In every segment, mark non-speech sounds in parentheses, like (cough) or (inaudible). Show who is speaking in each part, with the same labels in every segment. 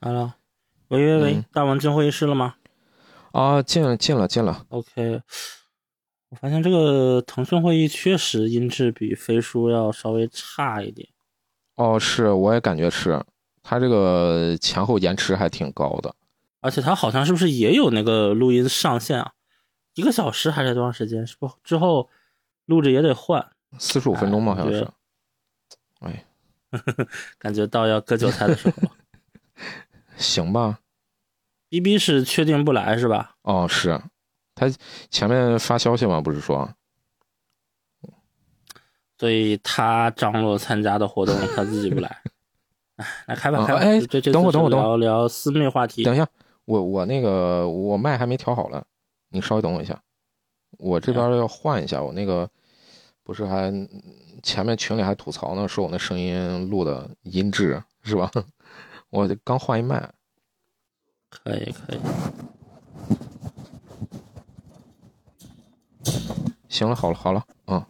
Speaker 1: Hello，喂喂喂，
Speaker 2: 嗯
Speaker 1: 大王进会议室了吗
Speaker 2: 啊，进了进了进了，
Speaker 1: ？OK，我发现这个腾讯会议确实音质比飞书要稍微差一点。
Speaker 2: 哦，是，我也感觉是，它这个前后延迟还挺高的，
Speaker 1: 而且它好像是不是也有那个录音上限啊？一个小时还是多长时间？是不之后录着也得换，
Speaker 2: 四十五分钟吧，
Speaker 1: 哎
Speaker 2: 好像是
Speaker 1: 对。
Speaker 2: 哎，
Speaker 1: 感觉到要割韭菜的时 (laughs) 候了。
Speaker 2: 行吧，
Speaker 1: B B 是确定不来是吧？
Speaker 2: 哦，是，他前面发消息嘛，不是说，
Speaker 1: 所以他张罗参加的活动，他自己不来。哎，那开吧
Speaker 2: 啊
Speaker 1: 开吧。
Speaker 2: 哎
Speaker 1: 这这
Speaker 2: 等会儿等会儿
Speaker 1: 次
Speaker 2: 等
Speaker 1: 是聊
Speaker 2: 会
Speaker 1: 聊私密话题。
Speaker 2: 等一下，我我那个我麦还没调好了，你稍微等我一下，我这
Speaker 1: 哎
Speaker 2: 边要换一下，我那个不是还前面群里还吐槽呢，说我那声音录的音质是吧？ (laughs) 我刚换一麦，
Speaker 1: 可以可以。
Speaker 2: 行了，好了好了，嗯，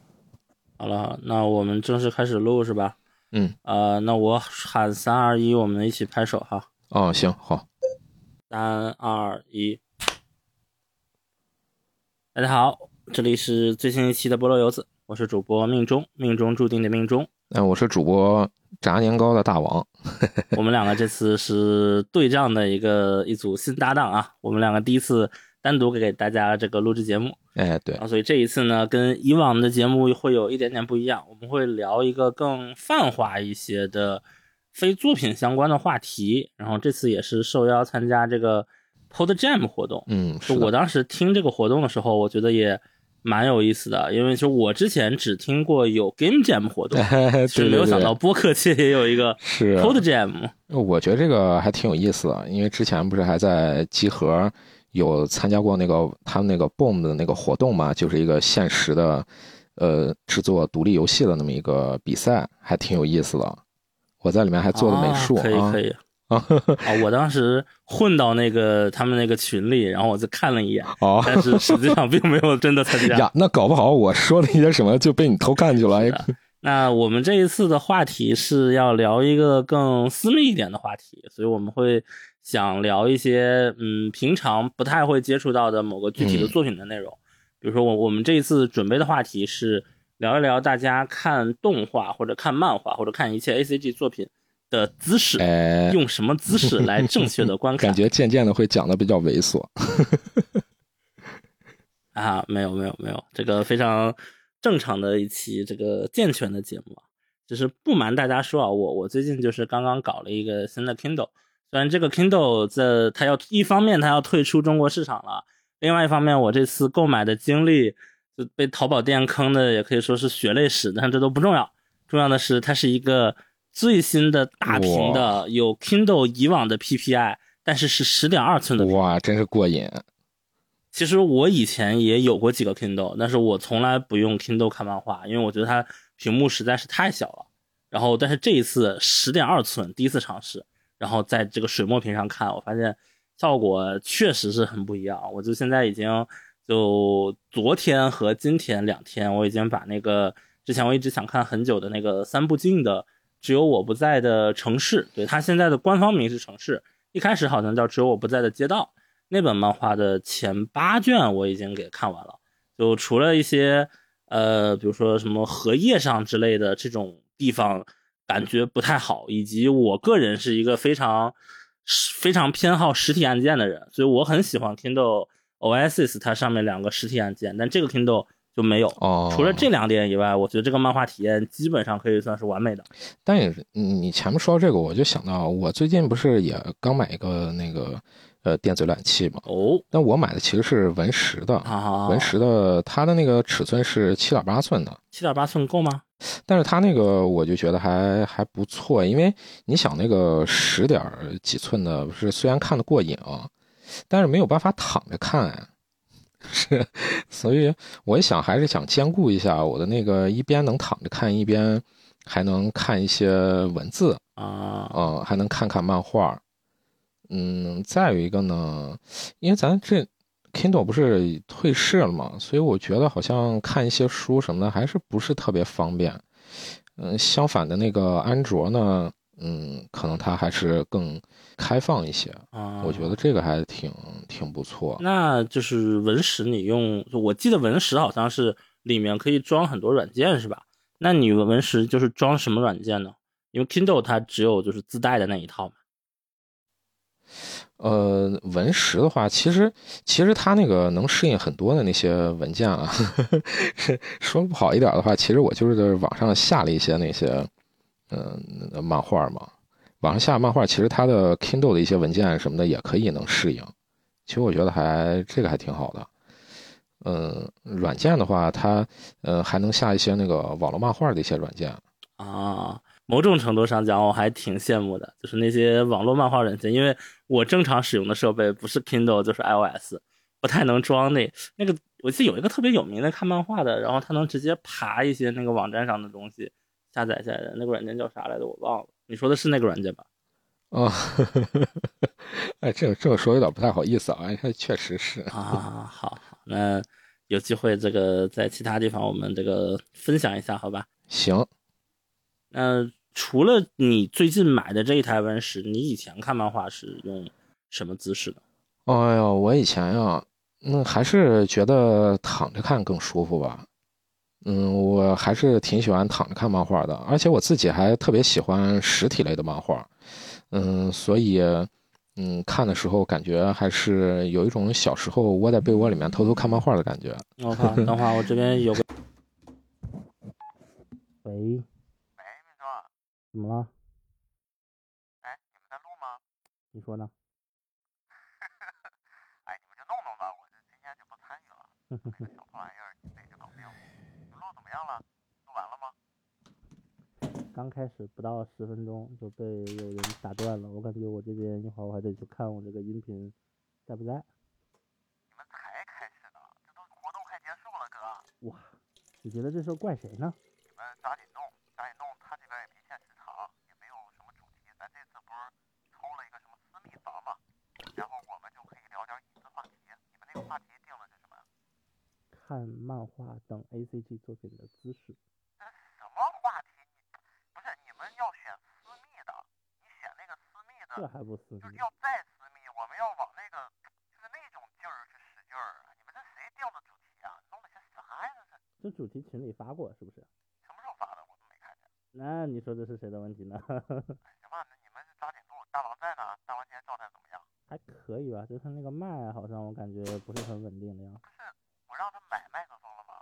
Speaker 1: 好了，好了那我们正式开始录是吧？
Speaker 2: 嗯，
Speaker 1: 呃，那我喊三二一，我们一起拍手哈，
Speaker 2: 哦，行好，
Speaker 1: 三二一。大家好，这里是最新一期的菠萝游子，我是主播命中，命中注定的命中。
Speaker 2: 那、呃我是主播炸年糕的大王，
Speaker 1: 我们两个这次是对仗的一个一组新搭档啊，我们两个第一次单独给大家这个录制节目，
Speaker 2: 哎，对
Speaker 1: 然，后所以这一次呢，跟以往的节目会有一点点不一样，我们会聊一个更泛化一些的非作品相关的话题。然后这次也是受邀参加这个 Pod Jam 活动。
Speaker 2: 嗯，
Speaker 1: 就是我
Speaker 2: 的，
Speaker 1: 当时听这个活动的时候，我觉得也蛮有意思的，因为其实我之前只听过有 Game Jam 活动，
Speaker 2: 哎，对
Speaker 1: 是没有想到播客界也有一个
Speaker 2: 是啊
Speaker 1: Pod Jam。
Speaker 2: 我觉得这个还挺有意思的，因为之前不是还在集合有参加过那个他们那个 BOOM 的那个活动嘛，就是一个限时的，呃，制作独立游戏的那么一个比赛，还挺有意思的。我在里面还做了美术
Speaker 1: 啊可以
Speaker 2: 啊
Speaker 1: 可以
Speaker 2: 啊，
Speaker 1: 啊！我当时混到那个他们那个群里，然后我就看了一眼，
Speaker 2: 哦
Speaker 1: (laughs) 但是实际上并没有真的参加。
Speaker 2: 呀，那搞不好我说了一些什么就被你偷看去了。哎
Speaker 1: (laughs) 那我们这一次的话题是要聊一个更私密一点的话题，所以我们会想聊一些嗯平常不太会接触到的某个具
Speaker 2: 嗯
Speaker 1: 体的作品的内容。比如说我我们这一次准备的话题是聊一聊大家看动画或者看漫画或者看一切 A C G 作品的姿势，
Speaker 2: 哎，
Speaker 1: 用什么姿势来正确的
Speaker 2: (laughs)
Speaker 1: 观看
Speaker 2: 感。觉渐渐的会讲的比较猥琐。
Speaker 1: 啊，没有没有没有，这个非常正常的一期这个健全的节目啊。就是不瞒大家说啊，我我最近就是刚刚搞了一个新的 Kindle，虽然这个 Kindle 在它要一方面它要退出中国市场了，另外一方面我这次购买的经历就被淘宝店坑的，也可以说是血泪史，但这都不重要，重要的是它是一个最新的大屏的，有 Kindle 以往的 PPI，但是是十点二寸的屏幕
Speaker 2: 哇，真是过瘾！
Speaker 1: 其实我以前也有过几个 Kindle，但是我从来不用 Kindle 看漫画，因为我觉得它屏幕实在是太小了。然后，但是这一次十点二寸第一次尝试，然后在这个水墨屏上看，我发现效果确实是很不一样。我就现在已经就昨天和今天两天，我已经把那个之前我一直想看很久的那个三部进的《只有我不在的城市》，对它现在的官方名是城市，一开始好像叫《只有我不在的街道》。那本漫画的前八卷我已经给看完了，就除了一些呃，比如说什么荷叶上之类的这种地方感觉不太好，以及我个人是一个非常非常偏好实体按键的人，所以我很喜欢 Kindle Oasis 它上面两个实体按键，但这个 Kindle 就没有。
Speaker 2: 哦，
Speaker 1: 除了这两点以外，我觉得这个漫画体验基本上可以算是完美的。
Speaker 2: 但也是你你前面说到这个，我就想到我最近不是也刚买一个那个呃电子浏览器嘛？
Speaker 1: 哦，
Speaker 2: 但我买的其实是文石的，
Speaker 1: 好好好
Speaker 2: 文，石的它的那个尺寸是七点八寸的，
Speaker 1: 七点八寸够吗？
Speaker 2: 但是它那个我就觉得还还不错，因为你想那个十点几寸的，不是虽然看得过瘾啊，但是没有办法躺着看、哎 (laughs) 是，所以我一想还是想兼顾一下我的那个一边能躺着看，一边还能看一些文字，
Speaker 1: 啊、
Speaker 2: 嗯，还能看看漫画。嗯，再有一个呢，因为咱这 Kindle 不是退市了嘛，所以我觉得好像看一些书什么的还是不是特别方便。嗯，相反的那个安卓呢，嗯，可能它还是更开放一些。
Speaker 1: 啊，
Speaker 2: 我觉得这个还挺挺不错。
Speaker 1: 那就是文石，你用就我记得文石好像是里面可以装很多软件是吧？那你文石就是装什么软件呢？因为 Kindle 它只有就是自带的那一套嘛。
Speaker 2: 呃，文石的话，其实其实它那个能适应很多的那些文件啊。 (laughs) 是说不好一点的话，其实我就是网上下了一些那些嗯、呃漫画嘛。网上下漫画，其实它的 Kindle 的一些文件什么的也可以能适应。其实我觉得还这个还挺好的。嗯，软件的话，它呃还能下一些那个网络漫画的一些软件。
Speaker 1: 啊，某种程度上讲，我还挺羡慕的，就是那些网络漫画软件，因为我正常使用的设备不是 Kindle 就是 iOS，不太能装那那个。我记得有一个特别有名的看漫画的，然后他能直接爬一些那个网站上的东西下载下来，那个软件叫啥来着？我忘了。你说的是那个软件吧？
Speaker 2: 啊、呵呵呵 (laughs) 哎，这个这个说有点不太好意思啊，哎，确实是。
Speaker 1: 啊，好，好，那有机会这个在其他地方我们这个分享一下，好吧？
Speaker 2: 行，
Speaker 1: 那除了你最近买的这一台文石，你以前看漫画是用什么姿势的？
Speaker 2: 哎呦，我以前呀，那还是觉得躺着看更舒服吧。嗯，我还是挺喜欢躺着看漫画的，而且我自己还特别喜欢实体类的漫画。嗯，所以，嗯，看的时候感觉还是有一种小时候窝在被窝里面偷偷看漫画的感觉。
Speaker 1: 我靠，等会儿我这边有个。喂， (laughs) 喂，
Speaker 3: 明哥，
Speaker 1: 怎么了？
Speaker 3: 哎，你们在录吗？
Speaker 1: 你说呢？
Speaker 3: 哎，你们就弄弄吧，我这今天就不参与了。这个小破玩意儿得着搞定。你们录怎么样了？录完了吗？
Speaker 1: 刚开始不到十分钟就被有人打断了，我感觉我这边一会儿我还得去看我这个音频在不在。
Speaker 3: 你们才开始呢，这都活动快结束了，哥。
Speaker 1: 哇，你觉得这事儿怪谁呢？
Speaker 3: 你们抓紧弄，抓紧弄。他这边也没限时长，也没有什么主题。咱这次不是抽了一个什么私密房嘛，然后我们就可以聊点隐私话题。你们那个话题定了是什么呀？
Speaker 1: 看漫画等 A C G 作品的姿势。
Speaker 3: 这什么话题？你不是你们要选私密的，你选那个私密的
Speaker 1: 这，还不私密
Speaker 3: 就是？要再私密，我们要往那个就是那种劲儿去使劲儿啊！你们这谁定的主题啊？弄了些啥呀？
Speaker 1: 这
Speaker 3: 这是
Speaker 1: 主题群里发过是不是？
Speaker 3: 什么时候发的？我都没看见。
Speaker 1: 那你说这是谁的问题呢？ (laughs)
Speaker 3: 哎，行吧，那你们抓紧录。大王在呢，大王今天状态怎么样？
Speaker 1: 还可以吧，就他那个麦好像我感觉不是很稳定的样子。
Speaker 3: 不是我让他买麦克风了吗？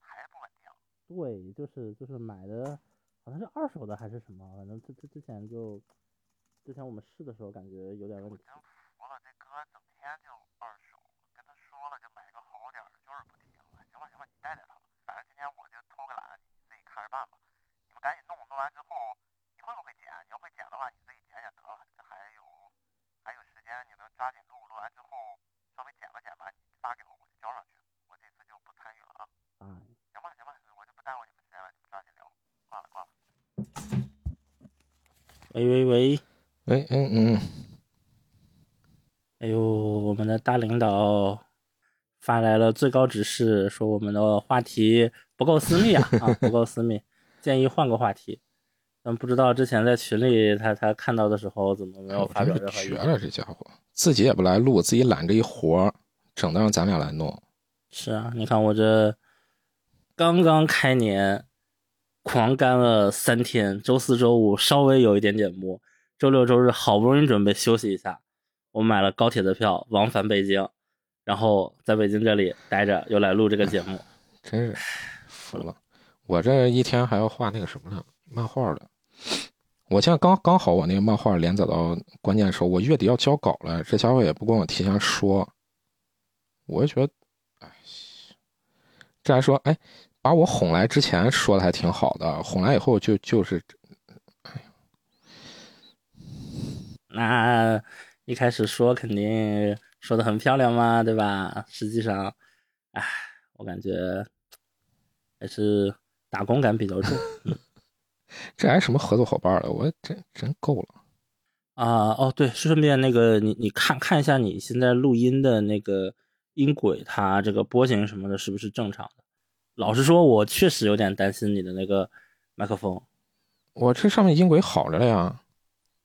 Speaker 3: 还不稳定。
Speaker 1: 对，就是就是买的，好像是二手的还是什么，反正之之之前就，之前我们试的时候感觉有点问
Speaker 3: 我
Speaker 1: 题
Speaker 3: 真。服了，这哥整天就二手，跟他说了就买个好点儿，就是不听。行吧行吧，你带带他吧，反正今天我就偷个懒，你自己看着办吧。你们赶紧弄，弄完之后你会不会剪？你要会剪的话，你自己剪剪得了。这还有还有时间，你们抓紧录，录完之后稍微剪吧剪吧，你发给我，我就交上去。我这次就不参与了啊。
Speaker 1: 啊，
Speaker 3: 行吧行吧，我就不耽误你们时间了，你们抓紧聊。挂了挂了。
Speaker 1: 喂喂喂，
Speaker 2: 哎，嗯嗯，
Speaker 1: 哎呦，我们的大领导发来了最高指示，说我们的话题不够私密啊啊，不够私密，建议换个话题。但不知道之前在群里他他看到的时候怎么没有
Speaker 2: 我
Speaker 1: 发
Speaker 2: 真
Speaker 1: 表
Speaker 2: 是
Speaker 1: 任何意见。
Speaker 2: 绝了，这家伙自己也不来录，自己揽这一活儿，整的让咱俩来弄。
Speaker 1: 是啊，你看我这刚刚开年，狂干了三天，周四周五稍微有一点点摸，周六周日好不容易准备休息一下，我买了高铁的票往返北京，然后在北京这里待着，又来录这个节目。 (laughs)
Speaker 2: 真是服了！我这一天还要画那个什么呢？漫画的。我现在刚刚好，我那个漫画连载到关键时候，我月底要交稿了，这家伙也不跟我提前说，我就觉得，哎，这还说，哎，把我哄来之前说的还挺好的，哄来以后就就是
Speaker 1: 那一开始说肯定说的很漂亮嘛，对吧？实际上，唉，我感觉还是打工感比较重。
Speaker 2: 这还什么合作伙伴了，我真真够了。
Speaker 1: 啊，哦，对，顺便那个你你看看一下你现在录音的那个音轨，它这个波形什么的，是不是正常的？老实说，我确实有点担心你的那个麦克风。
Speaker 2: 我这上面音轨好着了呀，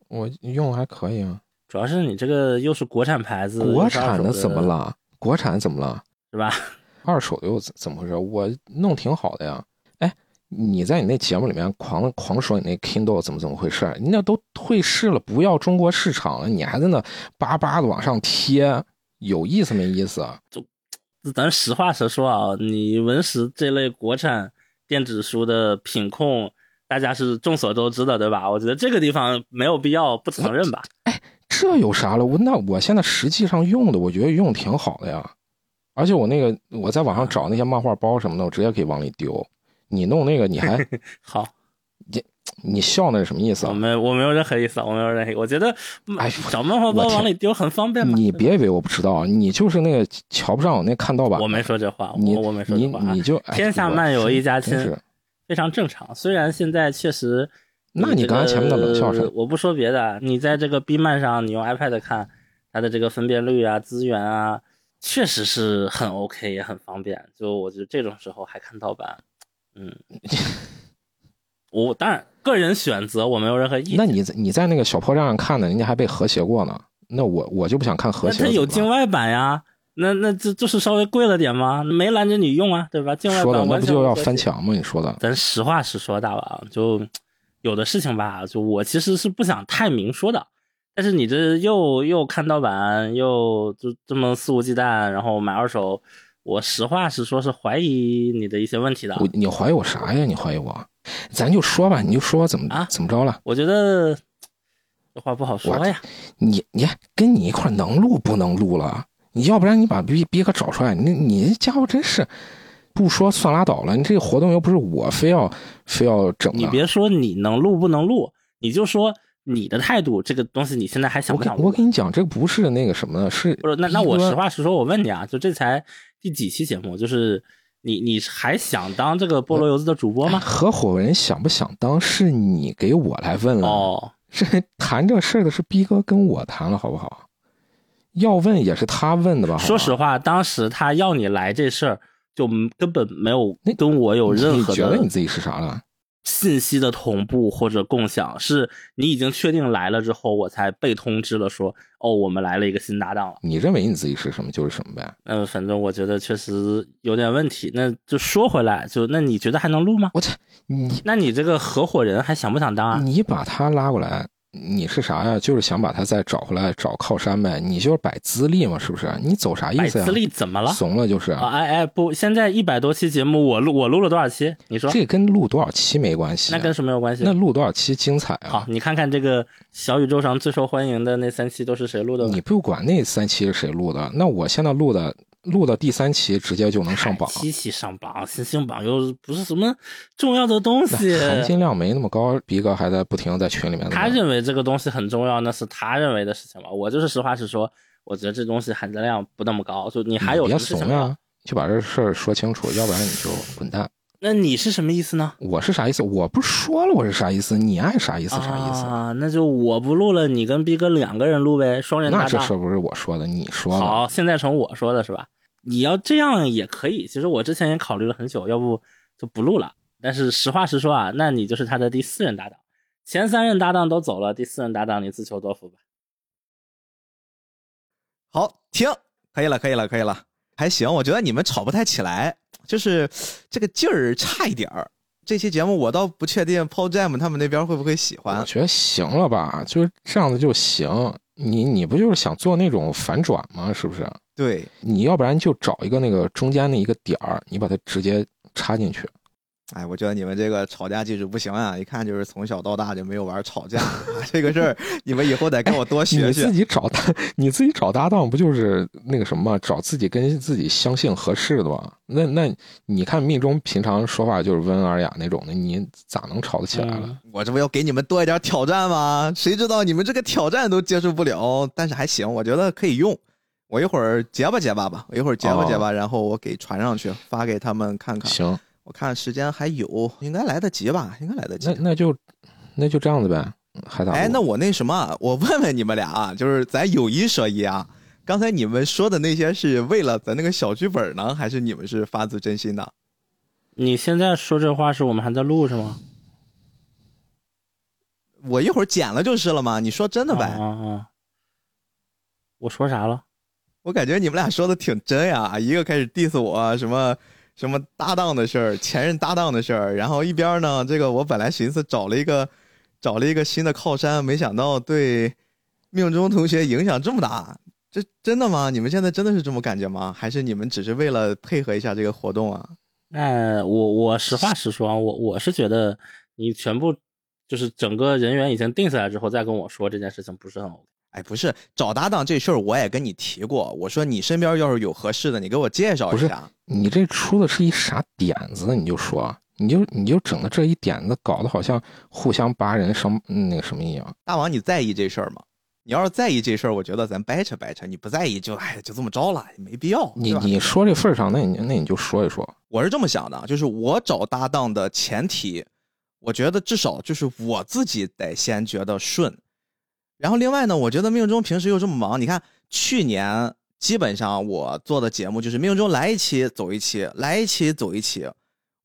Speaker 2: 我用还可以啊。
Speaker 1: 主要是你这个又是国产牌子，
Speaker 2: 国产
Speaker 1: 的
Speaker 2: 怎么？了？国产怎么了？
Speaker 1: 是吧？ (laughs)
Speaker 2: 二手的又怎怎么回事？我弄挺好的呀。哎，你在你那节目里面狂狂说你那 Kindle 怎么怎么回事？你那都退市了，不要中国市场了，你还在那叭叭的往上贴，有意思没意思啊？
Speaker 1: 咱实话实说啊，你文石这类国产电子书的品控，大家是众所周知的，对吧？我觉得这个地方没有必要不承认吧。
Speaker 2: 这有啥了？我那我现在实际上用的，我觉得用得挺好的呀。而且我那个我在网上找那些漫画包什么的，我直接可以往里丢。你弄那个，
Speaker 1: (laughs)
Speaker 2: 你还
Speaker 1: 好，
Speaker 2: 你笑那是什么意思
Speaker 1: 我
Speaker 2: 啊？
Speaker 1: 没我没有任何意思，啊，我没有任何意思，我觉得嗯
Speaker 2: 哎呦
Speaker 1: 找漫画包
Speaker 2: 我天
Speaker 1: 往里丢很方便嘛。
Speaker 2: 你别以为我不知道，啊你就是那个瞧不上我那看盗版。
Speaker 1: 我没说这话，
Speaker 2: 你
Speaker 1: 我我没说
Speaker 2: 你
Speaker 1: 这话啊 (laughs)
Speaker 2: 你。就哎
Speaker 1: 天下漫有一家亲
Speaker 2: 真是
Speaker 1: 非常正常。虽然现在确实，
Speaker 2: 那你
Speaker 1: 这
Speaker 2: 刚才
Speaker 1: 个
Speaker 2: 前面的冷笑是
Speaker 1: 我不说别的啊，你在这个 B 漫上，你用 iPad 看它的这个分辨率啊、资源啊，确实是很 OK，也很方便。就我觉得这种时候还看盗版，
Speaker 2: (laughs)
Speaker 1: 嗯，我当然个人选择，我没有任何意见。
Speaker 2: 那你在你在那个小破站上看的，人家还被和谐过呢。那我我就不想看和
Speaker 1: 那
Speaker 2: 谐
Speaker 1: 它
Speaker 2: 了。
Speaker 1: 有
Speaker 2: 怎
Speaker 1: 境
Speaker 2: 么
Speaker 1: 外版呀。那那这就是稍微贵了点吗？没拦着你用啊，对吧？境
Speaker 2: 办
Speaker 1: 外
Speaker 2: 说的
Speaker 1: 版
Speaker 2: 那
Speaker 1: 完
Speaker 2: 不
Speaker 1: 全
Speaker 2: 就
Speaker 1: 无
Speaker 2: 要
Speaker 1: 所
Speaker 2: 翻
Speaker 1: 谓
Speaker 2: 墙吗？你说的
Speaker 1: 咱实话实说，大王，就有的事情吧，就我其实是不想太明说的，但是你这又又看盗版，又就这么肆无忌惮，然后买二手，我实话实说，是怀疑你的一些问题的。
Speaker 2: 我你怀疑我啥呀？你怀疑我？咱就说吧，你就说怎么、
Speaker 1: 啊
Speaker 2: 怎么着了？
Speaker 1: 我觉得这话不好说呀，
Speaker 2: 你你跟你一块儿能录不能录了？你要不然你把逼逼哥找出来，你你这家伙真是不说算拉倒了。你这个活动又不是我非要非要整的。
Speaker 1: 你别说你能录不能录，你就说你的态度，这个东西你现在还想
Speaker 2: 我
Speaker 1: 不
Speaker 2: 跟
Speaker 1: 想录？
Speaker 2: 我跟你讲，这不是那个什么，是
Speaker 1: 不是，那那
Speaker 2: 逼
Speaker 1: 我
Speaker 2: 哥
Speaker 1: 实话实说，我问你啊，就这才第几期节目，就是你你还想当这个菠萝油子的主播吗？
Speaker 2: 哎合伙人想不想当是你给我来问了。 (laughs)
Speaker 1: 哦，
Speaker 2: 这谈这事儿的是逼哥跟我谈了，好不好？要问也是他问的吧？
Speaker 1: 说实
Speaker 2: 话，
Speaker 1: 话，当时他要你来这事儿，就嗯根本没有
Speaker 2: 那
Speaker 1: 跟我有任何
Speaker 2: 你觉得你
Speaker 1: 的
Speaker 2: 自己是啥了？
Speaker 1: 信息的同步或者共享，是你已经确定来了之后，我才被通知了说，哦，我们来了一个新搭档了。
Speaker 2: 你认为你自己是什么就是什么呗？
Speaker 1: 嗯，反正我觉得确实有点问题。那就说回来，就那你觉得还能录吗？
Speaker 2: 我操，你
Speaker 1: 那你这个合伙人还想不想当啊？
Speaker 2: 你把他拉过来，你是啥呀？就是想把他再找回来，找靠山呗。你就是摆资历嘛，是不是？你走啥
Speaker 1: 百
Speaker 2: 意思啊呀
Speaker 1: 思？力怎么了？
Speaker 2: 怂了就是。
Speaker 1: 啊，哎哎，不，现在一百多期节目，我录我录了多少期？你说
Speaker 2: 这跟录多少期没关系，啊
Speaker 1: 那跟什么有关系？
Speaker 2: 那录多少期精彩
Speaker 1: 好
Speaker 2: 啊，！
Speaker 1: 你看看这个小宇宙上最受欢迎的那三期都是谁录的吧？
Speaker 2: 你不管那三期是谁录的，那我现在录的录到第三期直接就能上榜。啊
Speaker 1: 七期上榜，新星榜又不是什么重要的东西。
Speaker 2: 含金量没那么高，逼哥还在不停地在群里面。
Speaker 1: 他认为这个东西很重要，那是他认为的事情吧。我就是实话实说，我觉得这东西含金量不那么高。就你还有
Speaker 2: 你
Speaker 1: 什
Speaker 2: 别
Speaker 1: 么事
Speaker 2: 怂
Speaker 1: 情
Speaker 2: 呀、
Speaker 1: 吗？
Speaker 2: 就把这事儿说清楚，要不然你就滚蛋。
Speaker 1: 那你是什么意思呢？
Speaker 2: 我是啥意思？我不是说了我是啥意思，你爱啥意思啥意思。
Speaker 1: 啊，那就我不录了，你跟逼哥两个人录呗，双人
Speaker 2: 那
Speaker 1: 搭
Speaker 2: 这事儿
Speaker 1: 档。
Speaker 2: 不是我说的，你说的。
Speaker 1: 好，现在成我说的是吧？你要这样也可以。其实我之前也考虑了很久，要不就不录了。但是实话实说啊，那你就是他的第四任搭档，前三任搭档都走了，第四任搭档你自求多福吧。
Speaker 4: 好，停，可以了，可以了，可以了，还行，我觉得你们吵不太起来，就是这个劲儿差一点儿。这期节目我倒不确定 Paul Jam 他们那边会不会喜
Speaker 2: 我
Speaker 4: 欢。
Speaker 2: 觉得行了吧，就是这样子就行。你你不就是想做那种反转吗？是不是？
Speaker 4: 对，
Speaker 2: 你要不然就找一个那个中间的一个点儿，你把它直接插进去。
Speaker 4: 哎，我觉得你们这个吵架技术不行啊，一看就是从小到大就没有玩吵架 (laughs) 这个事儿，你们以后得跟我多学
Speaker 2: 你
Speaker 4: 学
Speaker 2: (laughs) 自。己找搭，你自己找搭档不就是那个什么吗？找自己跟自己相性合适的吗？那那你看命中平常说话就是温文尔雅那种的，你咋能吵得起来了？
Speaker 1: 嗯
Speaker 4: 我这不要给你们多一点挑战吗？谁知道你们这个挑战都接受不了，但是还行，我觉得可以用。我一会儿结巴结巴吧，我一会儿结巴结巴，然后我给传上去，发给他们看
Speaker 2: (laughs)
Speaker 4: 看。
Speaker 2: 行，
Speaker 4: 我看时间还有，应该来得及吧？应该来得及
Speaker 2: 那。那就那就这样子呗，还咋录？
Speaker 4: 哎，那我那什么，我问问你们俩啊，就是咱有一说一啊，刚才你们说的那些是为了咱那个小剧本呢，还是你们是发自真心的？
Speaker 1: 你现在说这话是我们还在录是吗？
Speaker 4: 我一会儿剪了就是了嘛。你说真的呗？
Speaker 1: 啊啊啊！我说啥了？
Speaker 4: 我感觉你们俩说的挺真呀，一个开始 diss 我啊什么什么搭档的事儿，前任搭档的事儿，然后一边儿呢，这个我本来寻思找了一个找了一个新的靠山，没想到对命中同学影响这么大。这真的吗？你们现在真的是这么感觉吗？还是你们只是为了配合一下这个活动啊？
Speaker 1: 那我我实话实说啊，我我是觉得你全部就是整个人员已经定下来之后，再跟我说这件事情不是很 OK。
Speaker 4: 哎，不是找搭档这事儿，我也跟你提过。我说你身边要是有合适的，你给我介绍
Speaker 2: 不
Speaker 4: 一
Speaker 2: 是
Speaker 4: 下。
Speaker 2: 你这出的是一啥点子？你就说，你就你就整的这一点子，搞得好像互相拔人伤嗯那个什么一样。
Speaker 4: 大王，你在意这事儿吗？你要是在意这事儿，我觉得咱掰扯掰扯；你不在意就哎，就这么着了，也没必要，
Speaker 2: 你
Speaker 4: 对吧？
Speaker 2: 你说这份儿上，那你那你就说一说。
Speaker 4: 我是这么想的啊，就是我找搭档的前提，我觉得至少就是我自己得先觉得顺。然后另外呢，我觉得命中平时又这么忙，你看去年基本上我做的节目就是命中来一期走一期，来一期走一期。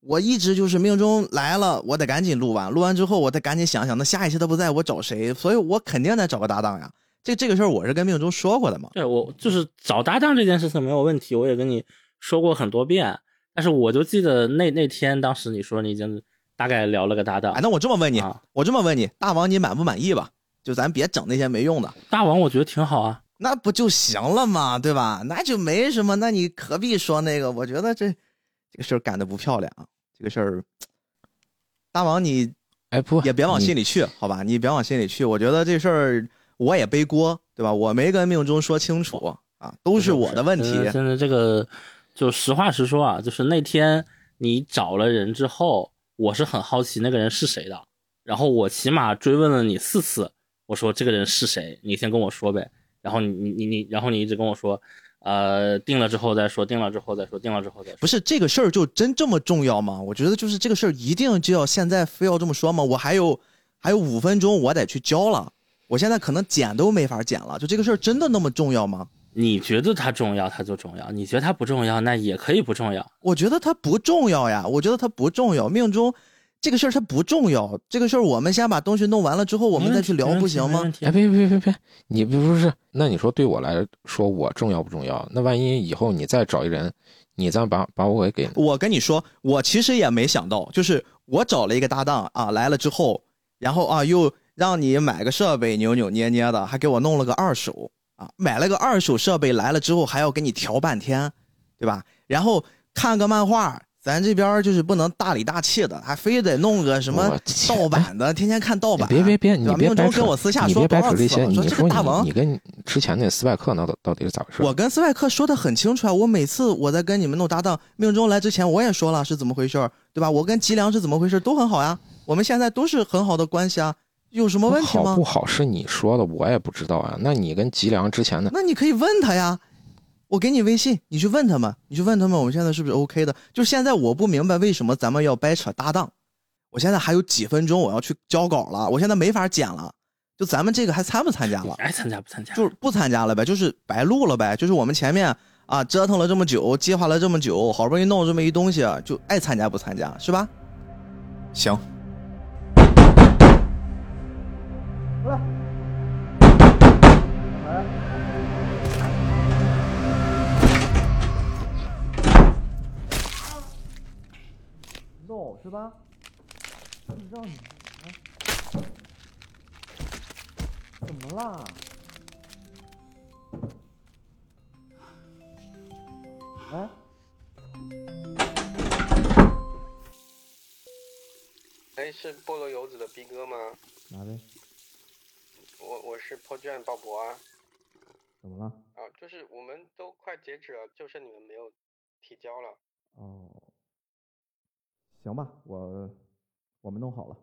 Speaker 4: 我一直就是命中来了，我得赶紧录完，录完之后我得赶紧想想，那下一期他不在我找谁，所以我肯定得找个搭档呀。这这个事儿我是跟命中说过的嘛。
Speaker 1: 对我就是找搭档这件事情没有问题，我也跟你说过很多遍，但是我就记得那那天当时你说你已经大概聊了个搭档
Speaker 4: 哎，，那我这么问你，
Speaker 1: 啊
Speaker 4: 我这么问你，大王你满不满意吧？就咱别整那些没用的。
Speaker 1: 大王我觉得挺好啊，
Speaker 4: 那不就行了嘛，对吧？那就没什么，那你何必说那个？我觉得这这个事儿干得不漂亮，这个事儿，大王你
Speaker 2: 哎，不，
Speaker 4: 也别往心
Speaker 2: 里。
Speaker 4: 里去，好吧？你别往心里去，我觉得这事儿我也背锅，对吧？我没跟命中说清楚啊，都是我的问题
Speaker 1: 真的。真呃的这个就实话实说啊，就是那天你找了人之后，我是很好奇那个人是谁的，然后我起码追问了你四次，我说这个人是谁，你先跟我说呗。然后你你你你，然后你一直跟我说，呃，定了之后再说，定了之后再说，定了之后再说。
Speaker 4: 不是这个事儿就真这么重要吗？我觉得就是这个事儿一定就要现在非要这么说吗？我还有还有五分钟，我得去交了，我现在可能剪都没法剪了，就这个事儿真的那么重要吗？
Speaker 1: 你觉得它重要，它就重要；你觉得它不重要，那也可以不重要。
Speaker 4: 我觉得它不重要呀，我觉得它不重要。命中这个事儿它不重要，这个事儿我们先把东西弄完了之后，我们再去聊，
Speaker 1: 没问题
Speaker 4: 不行？
Speaker 1: 没
Speaker 4: 吗
Speaker 1: 问？题啊
Speaker 2: 哎，别别别别，你不不是？那你说对我来说，我重要不重要？那万一以后你再找一人，你再把把我给给
Speaker 4: 我跟你说，我其实也没想到，就是我找了一个搭档啊，来了之后，然后啊又让你买个啊设备，扭扭捏捏的，还给我弄了个二手啊，买了个二手设备来了之后，还要给你调半天，对吧？然后看个漫画，咱这边儿就是不能大里大气的，还非得弄个什么
Speaker 2: 我天
Speaker 4: 盗版的，天天看盗版。啊
Speaker 2: 别别别，你
Speaker 4: 对吧
Speaker 2: 别
Speaker 4: 命
Speaker 2: 白
Speaker 4: 中
Speaker 2: 扯，
Speaker 4: 跟我私下
Speaker 2: 你
Speaker 4: 说
Speaker 2: 别
Speaker 4: 多
Speaker 2: 白扯
Speaker 4: 少
Speaker 2: 这
Speaker 4: 次
Speaker 2: 些。
Speaker 4: 了
Speaker 2: 你
Speaker 4: 说这个
Speaker 2: 说
Speaker 4: 大王
Speaker 2: 你你跟之前那斯派克那到到底是咋回事？
Speaker 4: 我跟斯派克说的很清楚啊，我每次我在跟你们弄搭档，命中来之前我也说了是怎么回事儿，对吧？我跟吉良是怎么回事儿都很好呀，我们现在都是很好的关系啊，有什么问题
Speaker 2: 好
Speaker 4: 吗
Speaker 2: 不？好是你说的，我也不知道啊。那你跟吉良之前的
Speaker 4: 那你可以问他呀，我给你微信，你去问他们，你去问他们，我们现在是不是 OK 的？就是现在我不明白为什么咱们要掰扯搭档，我现在还有几分钟我要去交稿了，我现在没法剪了，就咱们这个还参不参加
Speaker 1: 你
Speaker 4: 了？
Speaker 1: 爱参加不参加？
Speaker 4: 就是不参加了呗，就是白录了呗，就是我们前面啊折腾了这么久，计划了这么久，好不容易弄了这么一东西，啊就爱参加不参加是吧？行，弄是吧？让你怎么啦？哎，
Speaker 5: 哎，是菠萝油子的逼哥吗？
Speaker 4: 哪位？
Speaker 5: 我我是破卷鲍勃啊，
Speaker 4: 怎么了？
Speaker 5: 啊，就是我们都快截止了，就剩你们没有提交了。
Speaker 4: 哦，行吧，我我们弄好了。